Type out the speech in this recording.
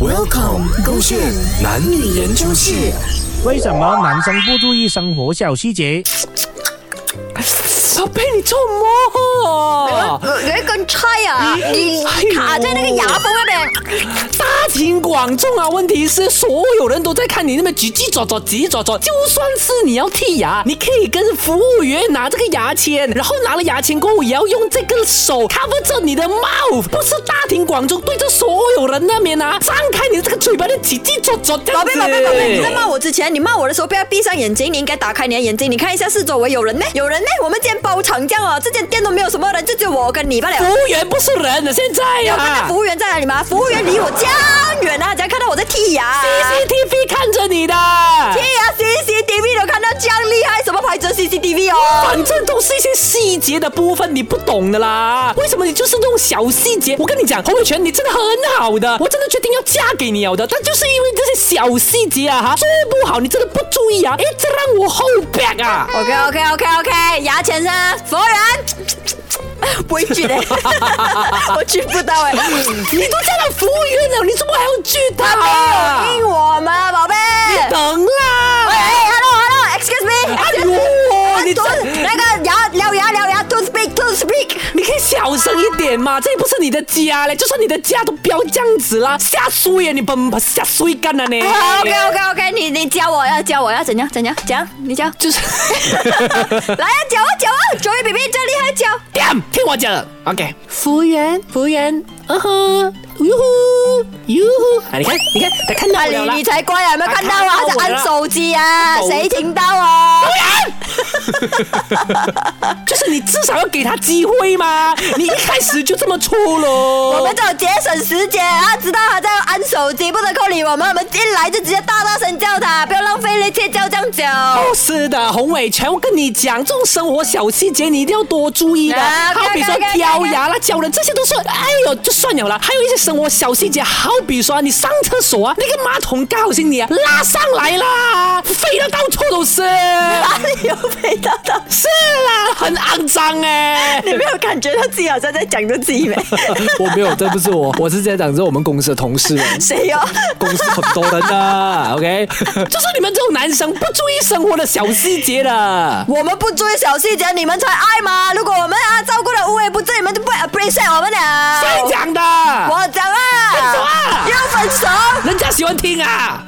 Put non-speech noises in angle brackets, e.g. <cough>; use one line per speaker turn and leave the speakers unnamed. Welcome，勾线男女研究室。
为什么男生不注意生活小细节？
宝贝，你做么？
有一根菜啊，你
哎
卡在那个牙缝那边，
大庭广众啊！问题是所有人都在看你那么叽叽喳喳、叽叽喳喳。就算是你要剔牙，你可以跟服务员拿这个牙签，然后拿了牙签过后，也要用这个手 cover 着你的 mouth，不是大庭广众对着所有人那边啊，张开你的这个嘴巴就叽叽喳喳这样子。
宝贝宝贝宝贝，你在骂我之前，你骂我的时候不要闭上眼睛，你应该打开你的眼睛，你看一下四周围有人没？有人没？我们今天包场这样哦，这间店都没有什么人，就只有我跟你罢
服
了。
务员不是人了，现在啊
有
呀、
看到服务员在哪里吗？服务员离我这样远啊，只要看到我在剔牙啊。
CCTV 看着你的。
剔牙 CCTV 都看到这样厉害，什么牌子的 CCTV 哦？
反正都是一些细节的部分，你不懂的啦。为什么你就是那种小细节？我跟你讲，洪伟全，你真的很好的，我真的决定要嫁给你了的。但就是因为这些小细节啊，哈，做不好，你真的不注意啊，一直让我后 back 啊。
OK OK OK OK，牙签生，服务员， <laughs> 不会举的， <laughs> 我举不到哎、
你都嫁到服务员了，你怎么还要拒他？
他没有应我嘛，宝贝。
等啦。
哎，hello hello，excuse me，
哎呦，你
你
这
吞。那个牙獠牙獠牙，tooth pick tooth pick。
你可以小声一点嘛，这里不是你的家嘞，就算你的家都不要这样子啦，吓碎呀，你本吓碎干了呢。
OK OK OK，你你教我要教我要怎样怎样讲，你教就是来啊教啊教啊，Joey baby 最厉害教。
Damn，听我讲，OK。
服务员服务员，
啊哈，哟呼，哟呼，啊，你看，你看，他看到
啊
我了
你
啦
你。才乖啊，有没有看到啊？他在按手机啊，谁听到啊？
就是你至少要给他机会 <laughs> 嘛，你一开始就这么粗喽。
我们这种节省时间啊，知道他在按手机，不能够理我们，我们一来就直接大大声叫他，不要浪费力气叫这样久。
哦，是的，洪伟全，我跟你讲，这种生活小细节你一定要多注意的。
啊
好比说
看看
挑牙啦、嚼人，这些都是，哎呦，就算了啦。还有一些生活小细节，好比说、啊、你上厕所啊，那个马桶盖好像你啊拉上来啦，飞到到处都是。
哪里有被到到？
是啦，很肮脏哎、
你没有感觉到自己好像在讲着自
<laughs>
己没？
<laughs> 我没有，这不是我，我是在讲着我们公司的同
<laughs>
事们，
谁哦？
公司很多人的，OK，
就是你们这种男生不注意生活的小细节的。
<laughs>
我们不注意小细节，你们才爱吗？如果我们啊照顾的无微不至，你们就不 appreciate 我们了。
谁？讲的？
我讲啊！
分手啊
要分手。
人家喜欢听啊。